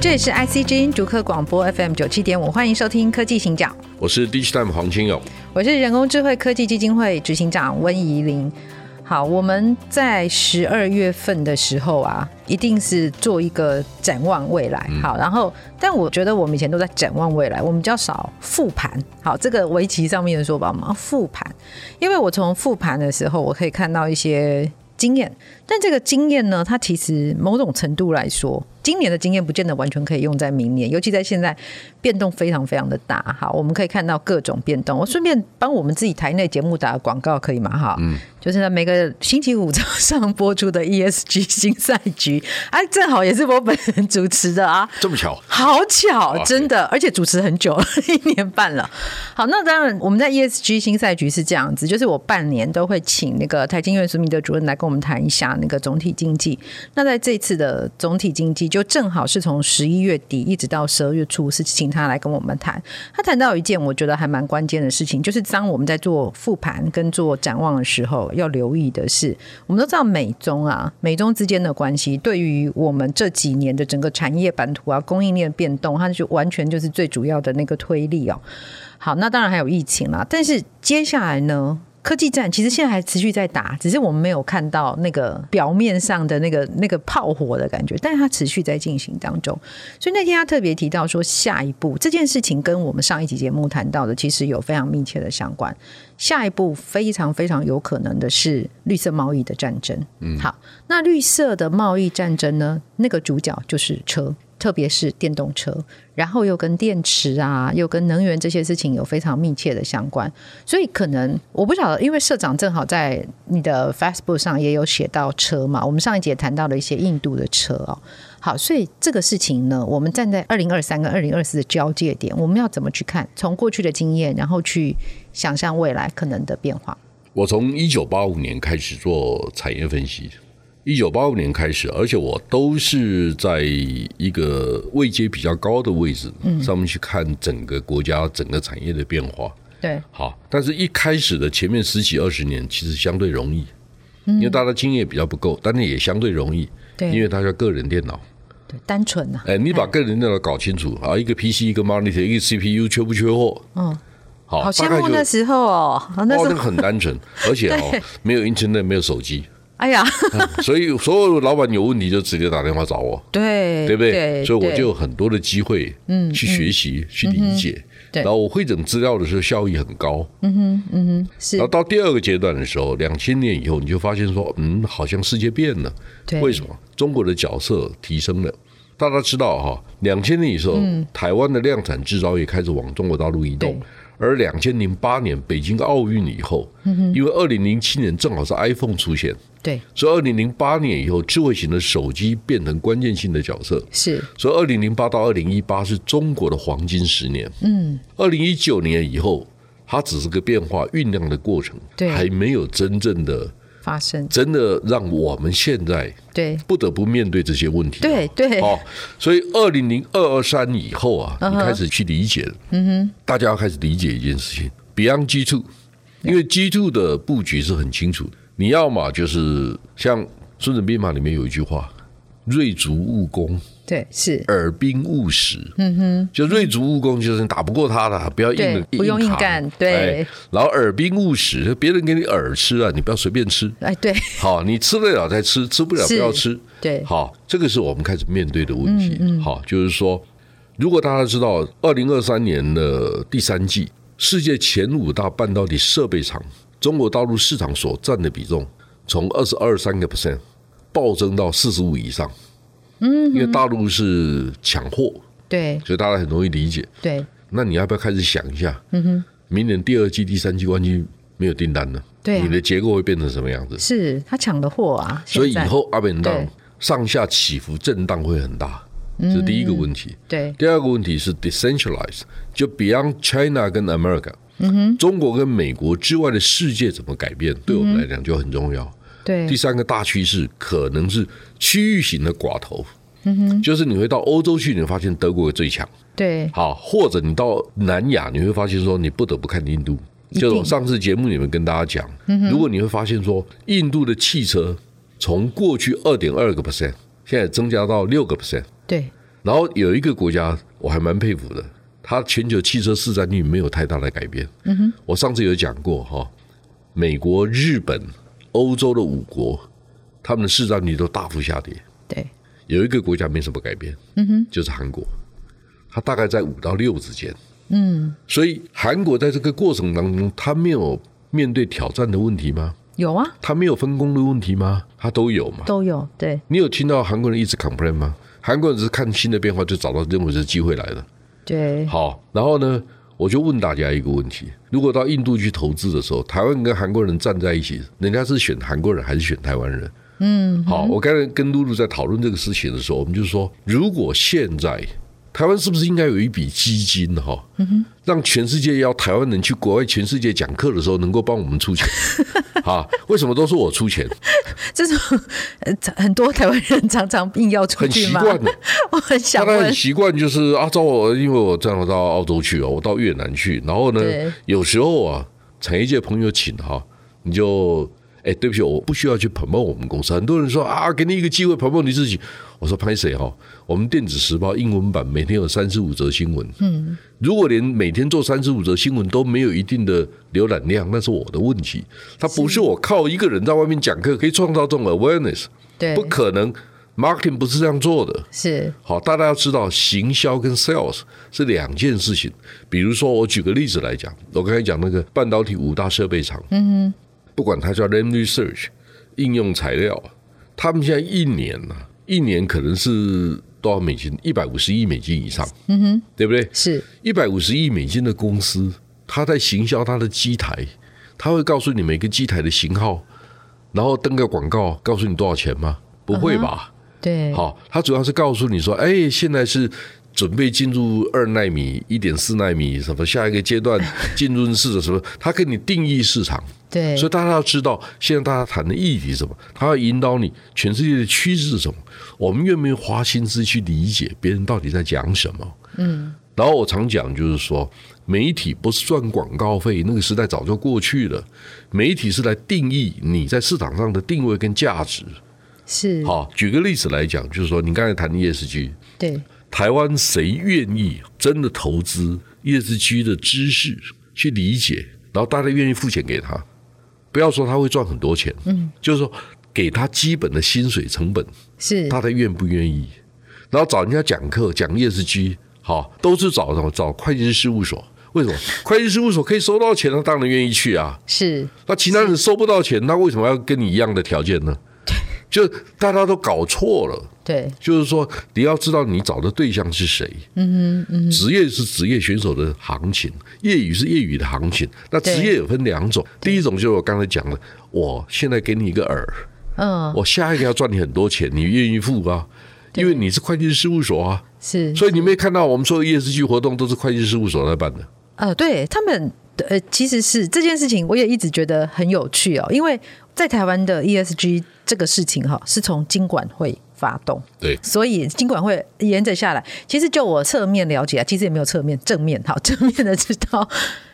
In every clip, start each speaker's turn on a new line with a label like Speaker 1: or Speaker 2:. Speaker 1: 这里是 IC 之音逐客广播 FM 九七点五，欢迎收听科技行脚，
Speaker 2: 我是 Digitime 黄清勇。
Speaker 1: 我是人工智慧科技基金会执行长温怡玲。好，我们在十二月份的时候啊，一定是做一个展望未来。好，然后，但我觉得我们以前都在展望未来，我们比较少复盘。好，这个围棋上面的说法嘛，复盘，因为我从复盘的时候，我可以看到一些经验，但这个经验呢，它其实某种程度来说，今年的经验不见得完全可以用在明年，尤其在现在变动非常非常的大。好，我们可以看到各种变动。我顺便帮我们自己台内节目打个广告，可以吗？哈，嗯，就是呢每个星期五早上播出的 ESG 新赛局，哎、正好也是我本人主持的啊。
Speaker 2: 这么巧，
Speaker 1: 好巧，
Speaker 2: 哇
Speaker 1: 真的，而且主持很久 了，一年半了。好，那当然，我们在 ESG 新赛局是这样子，就是我半年都会请那个台经院苏明德主任来跟我们谈一下那个总体经济。那在这次的总体经济，就正好是从十一月底一直到十二月初，是请他来跟我们谈。他谈到一件我觉得还蛮关键的事情，就是当我们在做复盘跟做展望的时候，要留意的是，我们都知道美中啊，美中之间的关系对于我们这几年的整个产业版图啊、供应链变动，它就完全就是最主要的那个推力哦。好，那当然还有疫情啦，但是接下来呢？科技战其实现在还持续在打，只是我们没有看到那个表面上的那个那个炮火的感觉，但是它持续在进行当中。所以那天他特别提到说，下一步这件事情跟我们上一集节目谈到的其实有非常密切的相关。下一步非常非常有可能的是绿色贸易的战争。嗯，好，那绿色的贸易战争呢？那个主角就是车，特别是电动车，然后又跟电池啊，又跟能源这些事情有非常密切的相关。所以可能我不晓得，因为社长正好在你的 Facebook 上也有写到车嘛，我们上一节谈到了一些印度的车哦。好，所以这个事情呢，我们站在二零二三跟二零二四的交界点，我们要怎么去看？从过去的经验，然后去想象未来可能的变化。
Speaker 2: 我从一九八五年开始做产业分析，一九八五年开始，而且我都是在一个位阶比较高的位置、上面去看整个国家整个产业的变化。
Speaker 1: 对，
Speaker 2: 好，但是一开始的前面十几二十年其实相对容易，因为大家经验比较不够，但是也相对容易，
Speaker 1: 对
Speaker 2: 因为它叫个人电脑。
Speaker 1: 对，单纯啊呐、
Speaker 2: 哎，你把个人电脑搞清楚啊，一个 PC，一个 monitor，一个 CPU，缺不缺货？
Speaker 1: 嗯，
Speaker 2: 好，
Speaker 1: 好羡
Speaker 2: 大概
Speaker 1: 慕
Speaker 2: 就
Speaker 1: 那时候哦，啊那
Speaker 2: 哦，
Speaker 1: 时候，
Speaker 2: 那个很单 纯，而且哦，没有 internet，没有手机，
Speaker 1: 哎 呀，
Speaker 2: 所以所有老板有问题就直接打电话找我，
Speaker 1: 对，
Speaker 2: 对不对？所以我
Speaker 1: 对
Speaker 2: 就有很多的机会，嗯，去学习、去理解。
Speaker 1: 嗯对
Speaker 2: 然后我汇整资料的时候效益很高，
Speaker 1: 是
Speaker 2: 然后到第二个阶段的时候，两千年以后，你就发现说，嗯，好像世界变了，
Speaker 1: 对
Speaker 2: 为什么？中国的角色提升了。大家知道哈，两千年以后，台湾的量产制造业开始往中国大陆移动
Speaker 1: 嗯对。
Speaker 2: 而两千零八年北京奥运以后，
Speaker 1: 嗯
Speaker 2: 因为二零零七年正好是 iPhone 出现，
Speaker 1: 对，
Speaker 2: 所以二零零八年以后，智慧型的手机变成关键性的角色。
Speaker 1: 是
Speaker 2: 所以二零零八到二零一八是中国的黄金十年。嗯，二零一九年以后，它只是个变化酝酿的过程，
Speaker 1: 对
Speaker 2: 还没有真正的
Speaker 1: 发生，
Speaker 2: 真的让我们现在
Speaker 1: 对，
Speaker 2: 不得不面对这些问题。
Speaker 1: 对，对，
Speaker 2: 哦，所以二零零二二三以后啊，你开始去理解，嗯哼，大家要开始理解一件事情，Beyond G two，因为 G two 的布局是很清楚的，你要嘛就是像《孙子兵法》里面有一句话。瑞足务工，
Speaker 1: 对，是，
Speaker 2: 耳兵勿使。嗯哼，就锐足务工，就是你打不过他的，不要硬
Speaker 1: 对不用硬
Speaker 2: 扛
Speaker 1: 干对
Speaker 2: 哎然后耳兵勿使，别人给你饵吃啊，你不要随便吃。
Speaker 1: 哎，对，
Speaker 2: 好，你吃得了再吃，吃不了不
Speaker 1: 是
Speaker 2: 要吃。
Speaker 1: 对，
Speaker 2: 好，这个是我们开始面对的问题。好，就是说，如果大家知道，二零二三年的第三季，世界前五大半导体设备厂中国大陆市场所占的比重，从二十二三个 percent 暴增到四十五以上。嗯，因为大陆是抢货，
Speaker 1: 对，
Speaker 2: 所以大家很容易理解。
Speaker 1: 对，
Speaker 2: 那你要不要开始想一下？嗯哼，明年第二季、第三季关系没有订单了，
Speaker 1: 对啊
Speaker 2: 你的结构会变成什么样子？
Speaker 1: 是他抢的货啊，
Speaker 2: 所以以
Speaker 1: 现在
Speaker 2: 后阿扁
Speaker 1: 对
Speaker 2: 当上下起伏震荡会很大，这是第一个问题。
Speaker 1: 对，
Speaker 2: 第二个问题是 decentralized，就 beyond China 跟 America，中国跟美国之外的世界怎么改变，对我们来讲就很重要。
Speaker 1: 对
Speaker 2: 第，三个大趋势可能是区域型的寡头。嗯哼，就是你会到欧洲去，你会发现德国最强，
Speaker 1: 对，
Speaker 2: 好，或者你到南亚，你会发现说你不得不看印度。
Speaker 1: 定
Speaker 2: 就是我上次节目里面跟大家讲，如果你会发现说，印度的汽车从过去二点二个 percent，现在增加到六个 percent，
Speaker 1: 对，
Speaker 2: 然后有一个国家我还蛮佩服的，它全球汽车市占率没有太大的改变。嗯哼，我上次有讲过哈、美国、日本、欧洲的五国，他们的市占率都大幅下跌。
Speaker 1: 对，
Speaker 2: 有一个国家没什么改变，嗯哼，就是韩国，它大概在五到六之间，嗯，所以韩国在这个过程当中，它没有面对挑战的问题吗？
Speaker 1: 有啊，
Speaker 2: 它没有分工的问题吗？它都有嘛？
Speaker 1: 都有，对，
Speaker 2: 你有听到韩国人一直 complain 吗？韩国人只是看新的变化就找到认为是机会来了。
Speaker 1: 对，
Speaker 2: 好，然后呢，我就问大家一个问题：如果到印度去投资的时候，台湾跟韩国人站在一起，人家是选韩国人还是选台湾人？嗯，好，我刚才跟露露在讨论这个事情的时候，我们就说，如果现在台湾是不是应该有一笔基金哈，让全世界要台湾人去国外全世界讲课的时候，能够帮我们出钱啊？为什么都是我出钱？
Speaker 1: 这种呃很多台湾人 常常硬要出
Speaker 2: 很
Speaker 1: 去
Speaker 2: 习
Speaker 1: 吗？
Speaker 2: 惯的，
Speaker 1: 我很想
Speaker 2: 大概
Speaker 1: 问
Speaker 2: 很，习惯就是啊，照我，因为我正好到澳洲去哦，我到越南去，然后呢
Speaker 1: 对，
Speaker 2: 有时候啊，产业界朋友请哈，你就哎，对不起，我不需要去 promote 我们公司。很多人说啊，给你一个机会 promote 你自己，我说拍谁哈？我们电子时报英文版每天有三十五则新闻，嗯，如果连每天做三十五则新闻都没有一定的浏览量，那是我的问题。它不是我靠一个人在外面讲课可以创造这种 awareness，
Speaker 1: 对
Speaker 2: 不，可能，marketing 不是这样做的。
Speaker 1: 是
Speaker 2: 好，大家要知道，行销跟 sales 是两件事情。比如说，我举个例子来讲，我刚才讲那个半导体五大设备厂，嗯不管它叫 Lam Research 应用材料，他们现在一年呢、一年可能是多少美金？一百五十亿美金以上，嗯哼，对不对？
Speaker 1: 是，
Speaker 2: 一百五十亿美金的公司，它在行销它的机台，它会告诉你每个机台的型号，然后登个广告，告诉你多少钱吗？不会吧？
Speaker 1: 对，
Speaker 2: 好，它主要是告诉你说，哎，现在是准备进入二纳米、一点四纳米什么下一个阶段进入式的什么，它给你定义市场，
Speaker 1: 对，
Speaker 2: 所以大家要知道现在大家谈的议题是什么，它要引导你全世界的趋势是什么，我们愿不愿意花心思去理解别人到底在讲什么？嗯，然后我常讲就是说，媒体不是赚广告费，那个时代早就过去了，媒体是来定义你在市场上的定位跟价值。
Speaker 1: 是，
Speaker 2: 好，举个例子来讲，就是说你刚才谈的 ESG，
Speaker 1: 对，
Speaker 2: 台湾谁愿意真的投资 ESG 的知识去理解，然后大家愿意付钱给他？不要说他会赚很多钱，嗯，就是说给他基本的薪水成本，
Speaker 1: 是，
Speaker 2: 大家愿不愿意？然后找人家讲课讲 ESG，好，都是找什么？找会计师事务所。为什么会计师事务所可以收到钱，他当然愿意去啊。
Speaker 1: 是，
Speaker 2: 那其他人收不到钱，那为什么要跟你一样的条件呢？就大家都搞错了。
Speaker 1: 对，
Speaker 2: 就是说，你要知道你找的对象是谁。嗯嗯嗯。职业是职业选手的行情，业余是业余的行情。那
Speaker 1: 对
Speaker 2: 职业有分两种，第一种就是我刚才讲的，我现在给你一个饵，
Speaker 1: 嗯，
Speaker 2: 我下一个要赚你很多钱，你愿意付啊？因为你是会计师事务所啊，
Speaker 1: 是，
Speaker 2: 所以你没看到我们所有 ESG 活动都是会计师事务所在办的。
Speaker 1: 呃，对他们，呃，其实是这件事情，我也一直觉得很有趣哦，因为在台湾的 ESG 这个事情哈、是从经管会发动，
Speaker 2: 对
Speaker 1: 所以经管会沿着下来，其实就我侧面了解啊，其实也没有侧面，正面好 正面的知道。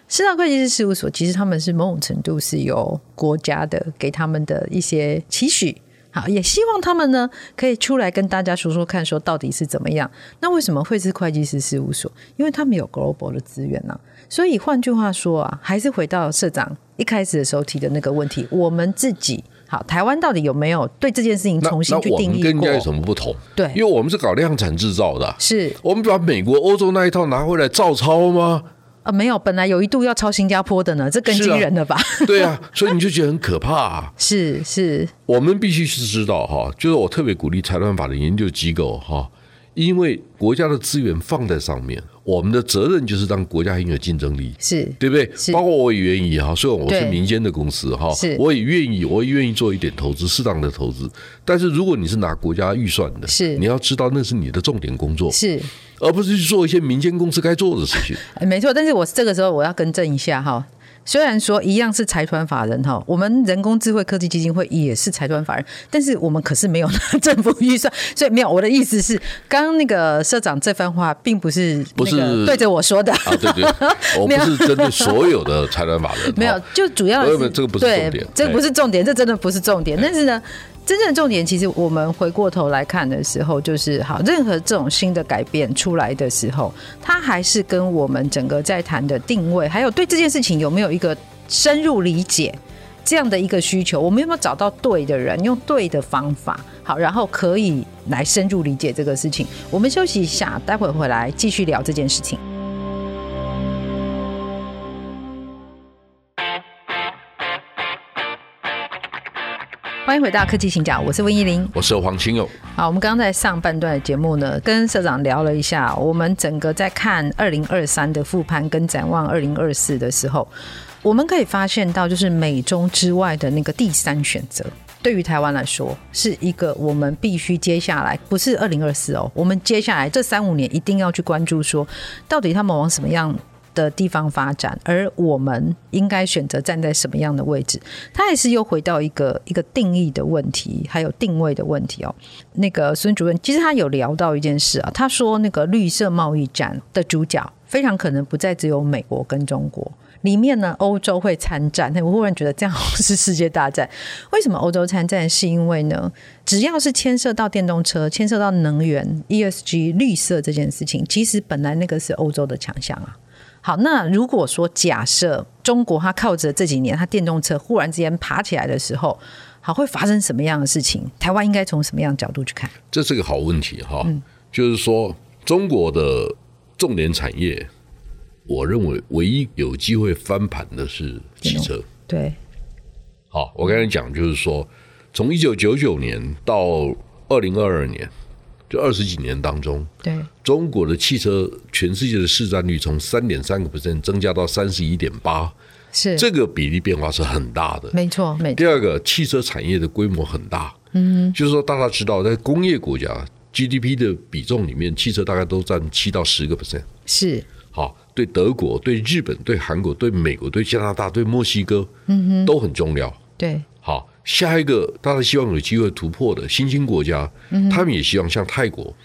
Speaker 1: 市场会计师事务所其实他们是某种程度是有国家的给他们的一些期许，好，也希望他们呢可以出来跟大家说说看，说到底是怎么样。那为什么会是会计师事务所？因为他们有 global 的资源呐、啊所以换句话说啊，还是回到社长一开始的时候提的那个问题，我们自己好，台湾到底有没有对这件事情
Speaker 2: 那
Speaker 1: 重新去
Speaker 2: 那我
Speaker 1: 定
Speaker 2: 们
Speaker 1: 义
Speaker 2: 跟人
Speaker 1: 过
Speaker 2: 家？有什么不同？
Speaker 1: 对
Speaker 2: 因为我们是搞量产制造的啊，
Speaker 1: 是
Speaker 2: 我们把美国、欧洲那一套拿回来照抄吗？
Speaker 1: 啊，没有，本来有一度要抄新加坡的呢，这更
Speaker 2: 是啊
Speaker 1: 惊人了吧？
Speaker 2: 对啊，所以你就觉得很可怕、啊。
Speaker 1: 是是，
Speaker 2: 我们必须是知道哈，就是我特别鼓励财团法的研究机构哈，因为国家的资源放在上面，我们的责任就是让国家很有竞争力。
Speaker 1: 是
Speaker 2: 对不对
Speaker 1: 是？
Speaker 2: 包括我也愿意哈，虽然我是
Speaker 1: 对
Speaker 2: 民间的公司哈
Speaker 1: 是，
Speaker 2: 我也愿意，我也愿意做一点投资，适当的投资。但是如果你是拿国家预算的，
Speaker 1: 是
Speaker 2: 你要知道那是你的重点工作，
Speaker 1: 是，
Speaker 2: 而不是去做一些民间公司该做的事情。
Speaker 1: 哎没错，但是我这个时候我要更正一下哈。虽然说一样是财团法人哈，我们人工智慧科技基金会也是财团法人，但是我们可是没有拿 政府预算，所以没有。我的意思是，刚刚那个社长这番话并不是
Speaker 2: 不是
Speaker 1: 那个对着我说的，
Speaker 2: 啊， 对对，我
Speaker 1: 没有
Speaker 2: 不是针对所有的财团法人，
Speaker 1: 没有
Speaker 2: 哦，
Speaker 1: 就主要
Speaker 2: 没有
Speaker 1: 的
Speaker 2: 没有
Speaker 1: 是
Speaker 2: 这个不是重点
Speaker 1: 对
Speaker 2: 哎
Speaker 1: 这个不是重点，这真的不是重点。但是呢，真正的重点其实我们回过头来看的时候，就是好，任何这种新的改变出来的时候，它还是跟我们整个在谈的定位，还有对这件事情有没有一个深入理解。这样的一个需求，我们有没有找到对的人，用对的方法，好，然后可以来深入理解这个事情。我们休息一下，待会儿回来继续聊这件事情。欢迎回到科技行脚，我是温依玲。
Speaker 2: 我是黄清勇，
Speaker 1: 好，我们刚刚在上半段的节目呢，跟社长聊了一下，我们整个在看二零二三的复盘跟展望二零二四的时候，我们可以发现到，就是美中之外的那个第三选择，对于台湾来说，是一个我们必须接下来不是二零二四哦，我们接下来这三五年一定要去关注说，到底他们往什么样。的地方发展，而我们应该选择站在什么样的位置？它也是又回到一个一个定义的问题，还有定位的问题哦。那个孙主任，其实他有聊到一件事啊，他说那个绿色贸易战的主角非常可能不再只有美国跟中国。里面呢，欧洲会参战。我忽然觉得这样好像是世界大战。为什么欧洲参战？是因为呢，只要是牵涉到电动车、牵涉到能源、ESG 绿色这件事情，其实本来那个是欧洲的强项啊。好，那如果说假设中国它靠着这几年它电动车忽然之间爬起来的时候，好会发生什么样的事情？台湾应该从什么样的角度去看？
Speaker 2: 这是个好问题哈、就是说，中国的重点产业，我认为唯一有机会翻盘的是汽车。
Speaker 1: 对，
Speaker 2: 好，我刚才讲就是说，从一九九九年到二零二二年，这二十几年当中，
Speaker 1: 对，
Speaker 2: 中国的汽车全世界的市占率从三点三个 percent 增加到三十一点八，
Speaker 1: 是，
Speaker 2: 这个比例变化是很大的。
Speaker 1: 没错，没错，
Speaker 2: 第二个，汽车产业的规模很大，嗯，就是说大家知道，在工业国家 GDP 的比重里面，汽车大概都占七到十个 percent。
Speaker 1: 是
Speaker 2: 好，对德国、对日本、对韩国、对美国、对加拿大、对墨西哥，嗯哼，都很重要。
Speaker 1: 对，
Speaker 2: 好，下一个大家希望有机会突破的新兴国家，他们也希望像泰国，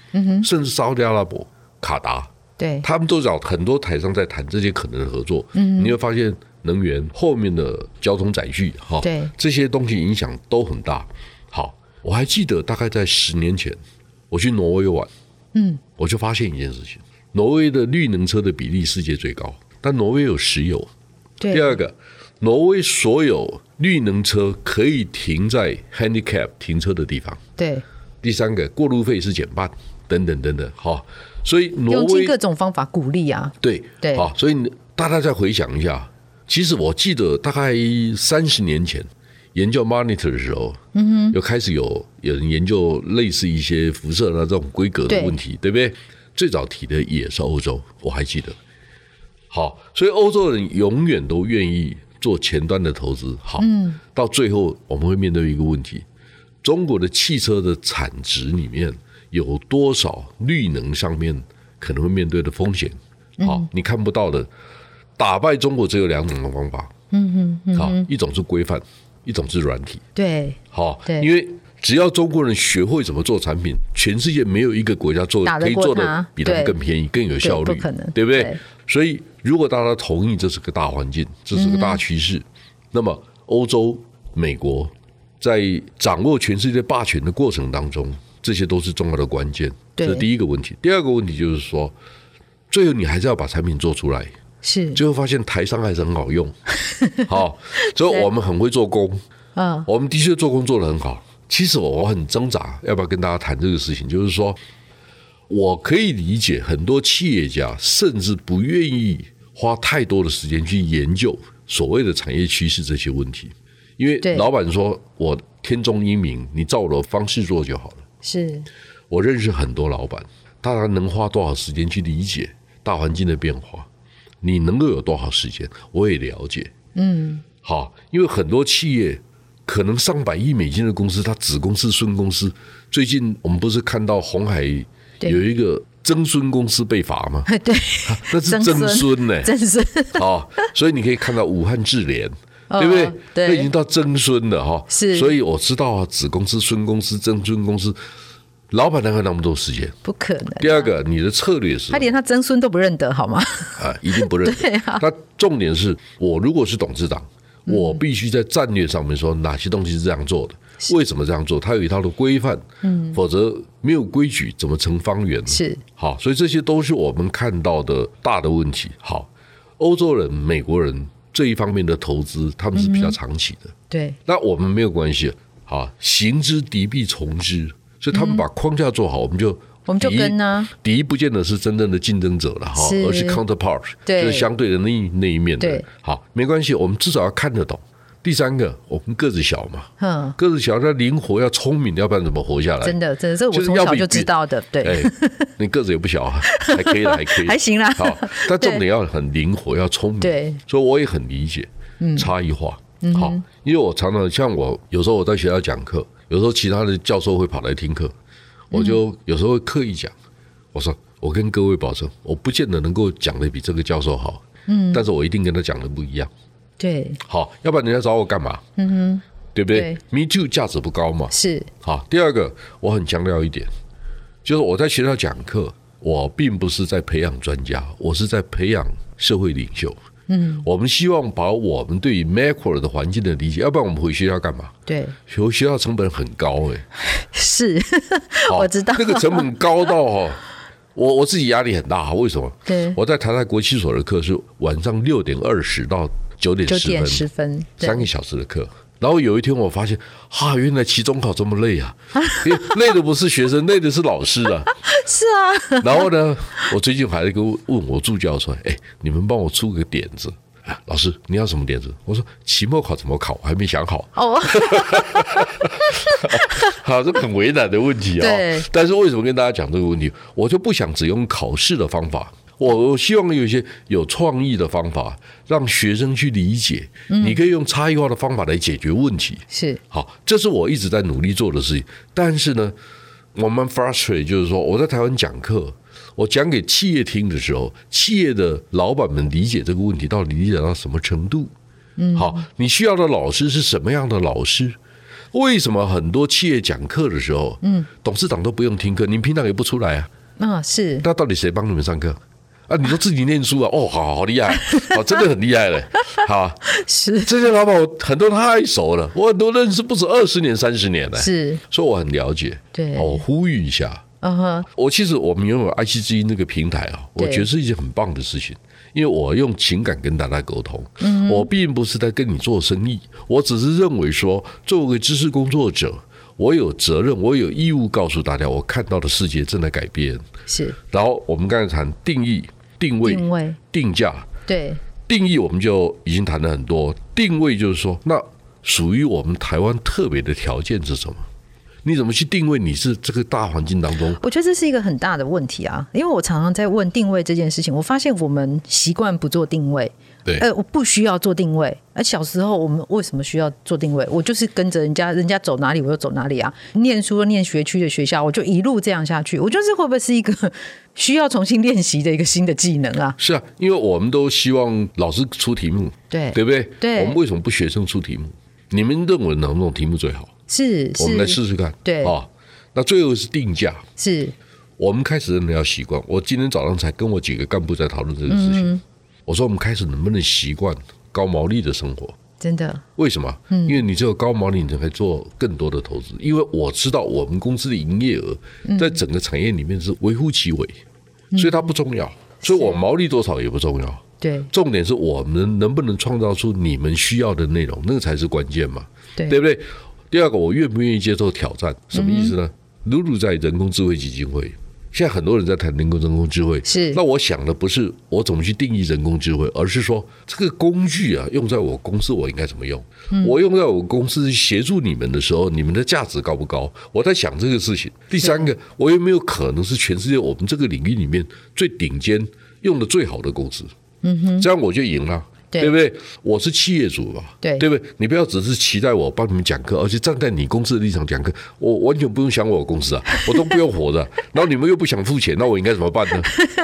Speaker 2: 甚至沙特阿拉伯、卡达，
Speaker 1: 对，
Speaker 2: 他们都找很多台商在谈这些可能的合作。
Speaker 1: 嗯
Speaker 2: 你会发现能源后面的交通载具，哈、
Speaker 1: 对
Speaker 2: 这些东西影响都很大。好，我还记得大概在十年前，我去挪威玩，嗯，我就发现一件事情：挪威的绿能车的比例世界最高，但挪威有石油，第
Speaker 1: 对，
Speaker 2: 二个，挪威所有绿能车可以停在 handicap 停车的地方。
Speaker 1: 对，
Speaker 2: 第三个，过路费是减半，等等等等。好，所以挪
Speaker 1: 用
Speaker 2: 威
Speaker 1: 尽各种方法鼓励啊，
Speaker 2: 对
Speaker 1: 对
Speaker 2: 好，所以你大家再回想一下，其实我记得大概三十年前研究 monitor 的时候，嗯哼，又开始有有人研究类似一些辐射的这种规格的
Speaker 1: 对
Speaker 2: 问题，对不对？最早提的也是欧洲，我还记得。好，所以欧洲人永远都愿意做前端的投资。好，嗯，到最后我们会面对一个问题：中国的汽车的产值里面有多少绿能上面可能会面对的风险？好，你看不到的，打败中国只有两种的方法。嗯嗯，好，一种是规范，一种是软体。
Speaker 1: 对，
Speaker 2: 好，
Speaker 1: 对
Speaker 2: 因为只要中国人学会怎么做产品，全世界没有一个国家做
Speaker 1: 打得
Speaker 2: 可以
Speaker 1: 过
Speaker 2: 做的
Speaker 1: 它
Speaker 2: 比他们
Speaker 1: 对
Speaker 2: 更便宜、更有效率，
Speaker 1: 不可能
Speaker 2: 对不对？
Speaker 1: 对
Speaker 2: 所以，如果大家同意这是个大环境，这是个大趋势，
Speaker 1: 嗯
Speaker 2: 那么欧洲、美国在掌握全世界霸权的过程当中，这些都是重要的关键。
Speaker 1: 对
Speaker 2: 这是第一个问题。第二个问题就是说，最后你还是要把产品做出来。
Speaker 1: 是，
Speaker 2: 最后发现台商还是很 好用，好，所以我们很会做工，
Speaker 1: 嗯，
Speaker 2: 我们的确做工做得很好。其实我很挣扎，要不要跟大家谈这个事情，就是说，我可以理解很多企业家甚至不愿意花太多的时间去研究所谓的产业趋势这些问题，因为
Speaker 1: 对
Speaker 2: 老板说我天纵英明，你照我的方式做就好了。
Speaker 1: 是，
Speaker 2: 我认识很多老板，大家能花多少时间去理解大环境的变化？你能够有多少时间？我也了解。嗯，好，因为很多企业可能上百亿美金的公司，它子公司、孙公司，最近我们不是看到红海
Speaker 1: 对
Speaker 2: 有一个曾孙公司被罚 吗？
Speaker 1: 对，
Speaker 2: 那是
Speaker 1: 曾
Speaker 2: 曾
Speaker 1: 孙
Speaker 2: 孙呢、
Speaker 1: 真是
Speaker 2: 哦，所以你可以看到武汉智联。
Speaker 1: 哦
Speaker 2: 对不对？
Speaker 1: 对
Speaker 2: 那已经到曾孙了哈、
Speaker 1: 是
Speaker 2: 所以我知道啊，子公司、孙公司、曾孙公司，老板哪有那么多时间？
Speaker 1: 不可能。
Speaker 2: 第二个，你的策略是
Speaker 1: 啊
Speaker 2: 什
Speaker 1: 他
Speaker 2: 么
Speaker 1: 连他曾孙都不认得，好吗？
Speaker 2: 啊，一定不认得。那重点是我如果是董事长，
Speaker 1: 嗯
Speaker 2: 我必须在战略上面说哪些东西是这样做的，为什么这样做？它有一套的规范，嗯，否则没有规矩怎么成方圆 呢？
Speaker 1: 是
Speaker 2: 好，所以这些都是我们看到的大的问题。好，欧洲人、美国人这一方面的投资，他们是比较长期的。
Speaker 1: 对，
Speaker 2: 那我们没有关系，啊好，行之敌必从之，所以他们把框架做好，我们就
Speaker 1: 我们就
Speaker 2: 敌
Speaker 1: 跟呢
Speaker 2: 敌不见得是真正的竞争者了哈
Speaker 1: 是，
Speaker 2: 而是 counterpart，
Speaker 1: 对
Speaker 2: 就是相对的那一那一面的人
Speaker 1: 对。
Speaker 2: 好，没关系，我们至少要看得懂。第三个，我们个子小嘛，
Speaker 1: 嗯，
Speaker 2: 个子小要灵活，要聪明，要不然怎么活下来？
Speaker 1: 真的，真的，这我
Speaker 2: 就是
Speaker 1: 从
Speaker 2: 要
Speaker 1: 小
Speaker 2: 比
Speaker 1: 就知道的，对，
Speaker 2: 哎，你个子也不小 啊，还可以啦，还可以，
Speaker 1: 还行啦
Speaker 2: 好，但重点要很灵活，要聪明。
Speaker 1: 对，
Speaker 2: 所以我也很理解，差异化。好，因为我常常像我有时候我在学校讲课，有时候其他的教授会跑来听课，我就有时候会刻意讲，我说我跟各位保证，我不见得能够讲的比这个教授好，嗯，但是我一定跟他讲的不一样。
Speaker 1: 对，
Speaker 2: 好，要不然人家找我干嘛？嗯哼，对不对
Speaker 1: 对
Speaker 2: ？Me too 价值不高嘛，
Speaker 1: 是
Speaker 2: 好，第二个我很强调一点，就是我在学校讲课，我并不是在培养专家，我是在培养社会领袖。嗯，我们希望把我们对于 macro 的环境的理解，要不然我们回学校干嘛？
Speaker 1: 对，
Speaker 2: 回学校成本很高哎、
Speaker 1: 是，
Speaker 2: 好
Speaker 1: 我知道
Speaker 2: 那个成本高到哦，我我自己压力很大。为什么？
Speaker 1: 对
Speaker 2: 我在台大国际所的课是晚上六点二十到九点
Speaker 1: 九
Speaker 2: 十
Speaker 1: 点
Speaker 2: 分，
Speaker 1: 十分，对
Speaker 2: 三个小时的课。然后有一天我发现，哈、原来期中考这么累 啊！因为累的不是学生，累的是老师啊。
Speaker 1: 是啊，
Speaker 2: 然后呢，我最近还在跟问我助教说：“哎，你们帮我出个点子。”啊，老师，你要什么点子？我说期末考怎么考，我还没想好。
Speaker 1: 哦，
Speaker 2: 好，这个很为难的问题啊、
Speaker 1: 对
Speaker 2: 但是为什么跟大家讲这个问题？我就不想只用考试的方法，我我希望有一些有创意的方法，让学生去理解。
Speaker 1: 嗯
Speaker 2: 你可以用差异化的方法来解决问题。
Speaker 1: 是
Speaker 2: 好，这是我一直在努力做的事情。但是呢，我们 frustrate 就是说，我在台湾讲课，我讲给企业听的时候，企业的老板们理解这个问题到底理解到什么程度？嗯，好，你需要的老师是什么样的老师？为什么很多企业讲课的时候，嗯，董事长都不用听课，你们平常也不出来啊？
Speaker 1: 嗯，是
Speaker 2: 那到底谁帮你们上课？啊，你都自己念书啊？哦，好好厉害，好，真的很厉害嘞，好。
Speaker 1: 是
Speaker 2: 这些老板我很多太熟了，我很多认识不止二十年、三十年了，
Speaker 1: 是，
Speaker 2: 所以我很了解。
Speaker 1: 对
Speaker 2: 好我呼吁一下，
Speaker 1: 嗯哼，
Speaker 2: 我其实我们拥有 IC 之音那个平台啊，
Speaker 1: 对
Speaker 2: 我觉得是一件很棒的事情，因为我用情感跟大家沟通，
Speaker 1: 嗯
Speaker 2: 我并不是在跟你做生意，我只是认为说，作为知识工作者，我有责任，我有义务告诉大家，我看到的世界正在改变。
Speaker 1: 是
Speaker 2: 然后我们刚才谈定义、定位、
Speaker 1: 定位，
Speaker 2: 定价，
Speaker 1: 对，
Speaker 2: 定义我们就已经谈了很多，定位就是说，那属于我们台湾特别的条件是什么？你怎么去定位你是这个大环境当中？
Speaker 1: 我觉得这是一个很大的问题啊，因为我常常在问定位这件事情，我发现我们习惯不做定位，
Speaker 2: 对
Speaker 1: 呃，我不需要做定位。而小时候我们为什么需要做定位？我就是跟着人家，人家走哪里我就走哪里啊。念书念学区的学校，我就一路这样下去。我觉得这会不会是一个需要重新练习的一个新的技能啊？
Speaker 2: 是啊，因为我们都希望老师出题目，
Speaker 1: 对，
Speaker 2: 对不对？
Speaker 1: 对
Speaker 2: 我们为什么不学生出题目？你们认为哪种题目最好？
Speaker 1: 是
Speaker 2: 我们来
Speaker 1: 是
Speaker 2: 试试看。
Speaker 1: 对
Speaker 2: 啊，那最后是定价。
Speaker 1: 是，
Speaker 2: 我们开始真的要习惯。我今天早上才跟我几个干部在讨论这个事情，
Speaker 1: 嗯
Speaker 2: 我说我们开始能不能习惯高毛利的生活？
Speaker 1: 真的
Speaker 2: 为什么？因为你只有高毛利，你才可以做更多的投资。因为我知道我们公司的营业额在整个产业里面是微乎其微，所以它不重要。所以我毛利多少也不重要，
Speaker 1: 对
Speaker 2: 重点是我们能不能创造出你们需要的内容，那个才是关键嘛，
Speaker 1: 对
Speaker 2: 对不对？第二个，我愿不愿意接受挑战？什么意思呢？露露在人工智慧基金会，现在很多人在谈人工人工智慧，
Speaker 1: 是
Speaker 2: 那我想的不是我怎么去定义人工智慧，而是说这个工具啊，用在我公司我应该怎么用？
Speaker 1: 嗯
Speaker 2: 我用在我公司协助你们的时候，你们的价值高不高？我在想这个事情。第三个，我有没有可能是全世界我们这个领域里面最顶尖、用的最好的公司？嗯哼，这样我就赢了。
Speaker 1: 对
Speaker 2: 不对？我是企业主嘛，
Speaker 1: 对
Speaker 2: 对不对？你不要只是期待我帮你们讲课，而且站在你公司的立场讲课，我完全不用想我公司啊，我都不用 活的，然后你们又不想付钱，那我应该怎么办呢？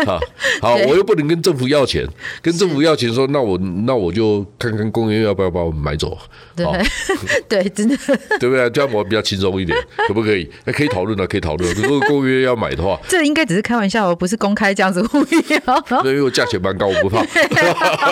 Speaker 2: 啊，好，
Speaker 1: 对
Speaker 2: 我又不能跟政府要钱，跟政府要钱说，那我那我就看看公园要不要把我们买走，
Speaker 1: 对
Speaker 2: 好，
Speaker 1: 对，真的
Speaker 2: 对不对？这样我比较轻松一 点，可不可以？那可以讨论的，啊可以讨论。如果公约要买的话，
Speaker 1: 这应该只是开玩笑哦，不是公开这样子呼吁哦。
Speaker 2: 那因为我价钱蛮高，我不怕。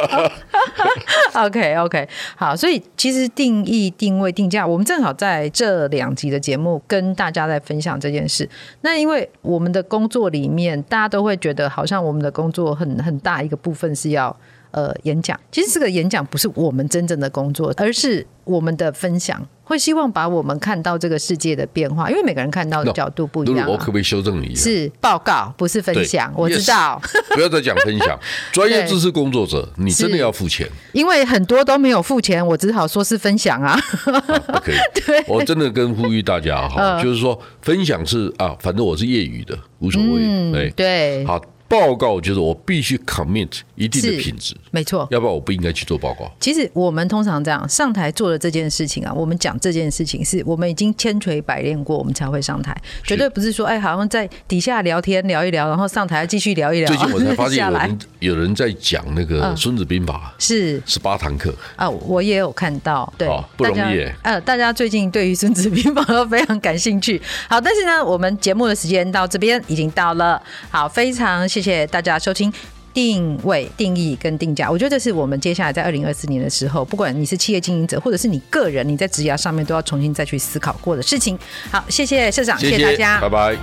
Speaker 1: OK OK，好，所以其实定义、定位、定价，我们正好在这两集的节目跟大家在分享这件事。那因为我们的工作里面，大家都会觉得好像我们的工作很很大一个部分是要呃演讲，其实这个演讲不是我们真正的工作，而是我们的分享，会希望把我们看到这个世界的变化，因为每个人看到的
Speaker 2: No，
Speaker 1: 角 度不一
Speaker 2: 露露
Speaker 1: 样、
Speaker 2: 我可
Speaker 1: 啊。
Speaker 2: 不可以修正你一下？
Speaker 1: 是报告，不是分
Speaker 2: 对
Speaker 1: 享。我
Speaker 2: yes
Speaker 1: 知道，
Speaker 2: 不要再讲分享，专业知识工作者，你真的要付钱，
Speaker 1: 因为很多都没有付钱，我只好说是分享啊。
Speaker 2: 啊不可以。我真的跟呼吁大家
Speaker 1: 嗯
Speaker 2: 哈，就是说分享是啊，反正我是业余的，无所谓。哎，
Speaker 1: 嗯对，
Speaker 2: 好，报告就是我必须 commit 一定的
Speaker 1: 是
Speaker 2: 品质，
Speaker 1: 没错。
Speaker 2: 要不然我不应该去做报告。
Speaker 1: 其实我们通常这样上台做的这件事情啊，我们讲这件事情是我们已经千锤百炼过，我们才会上台，绝对不是说哎，好像在底下聊天聊一聊，然后上台继续聊一聊。
Speaker 2: 最近我才发现
Speaker 1: 下
Speaker 2: 有
Speaker 1: 来
Speaker 2: 人有人在讲那个
Speaker 1: 嗯
Speaker 2: 《孙子兵法》
Speaker 1: 是
Speaker 2: 十八堂课，
Speaker 1: 啊，我也有看到，对，
Speaker 2: 哦不容易
Speaker 1: 大家
Speaker 2: 耶
Speaker 1: 呃，大家最近对于《孙子兵法》都非常感兴趣。好，但是呢，我们节目的时间到这边已经到了。好，非常谢谢大家收听。定位、定义跟定价，我觉得这是我们接下来在二零二四年的时候，不管你是企业经营者，或者是你个人，你在职涯上面都要重新再去思考过的事情。好，谢谢社长，
Speaker 2: 谢
Speaker 1: 大家，
Speaker 2: 拜拜。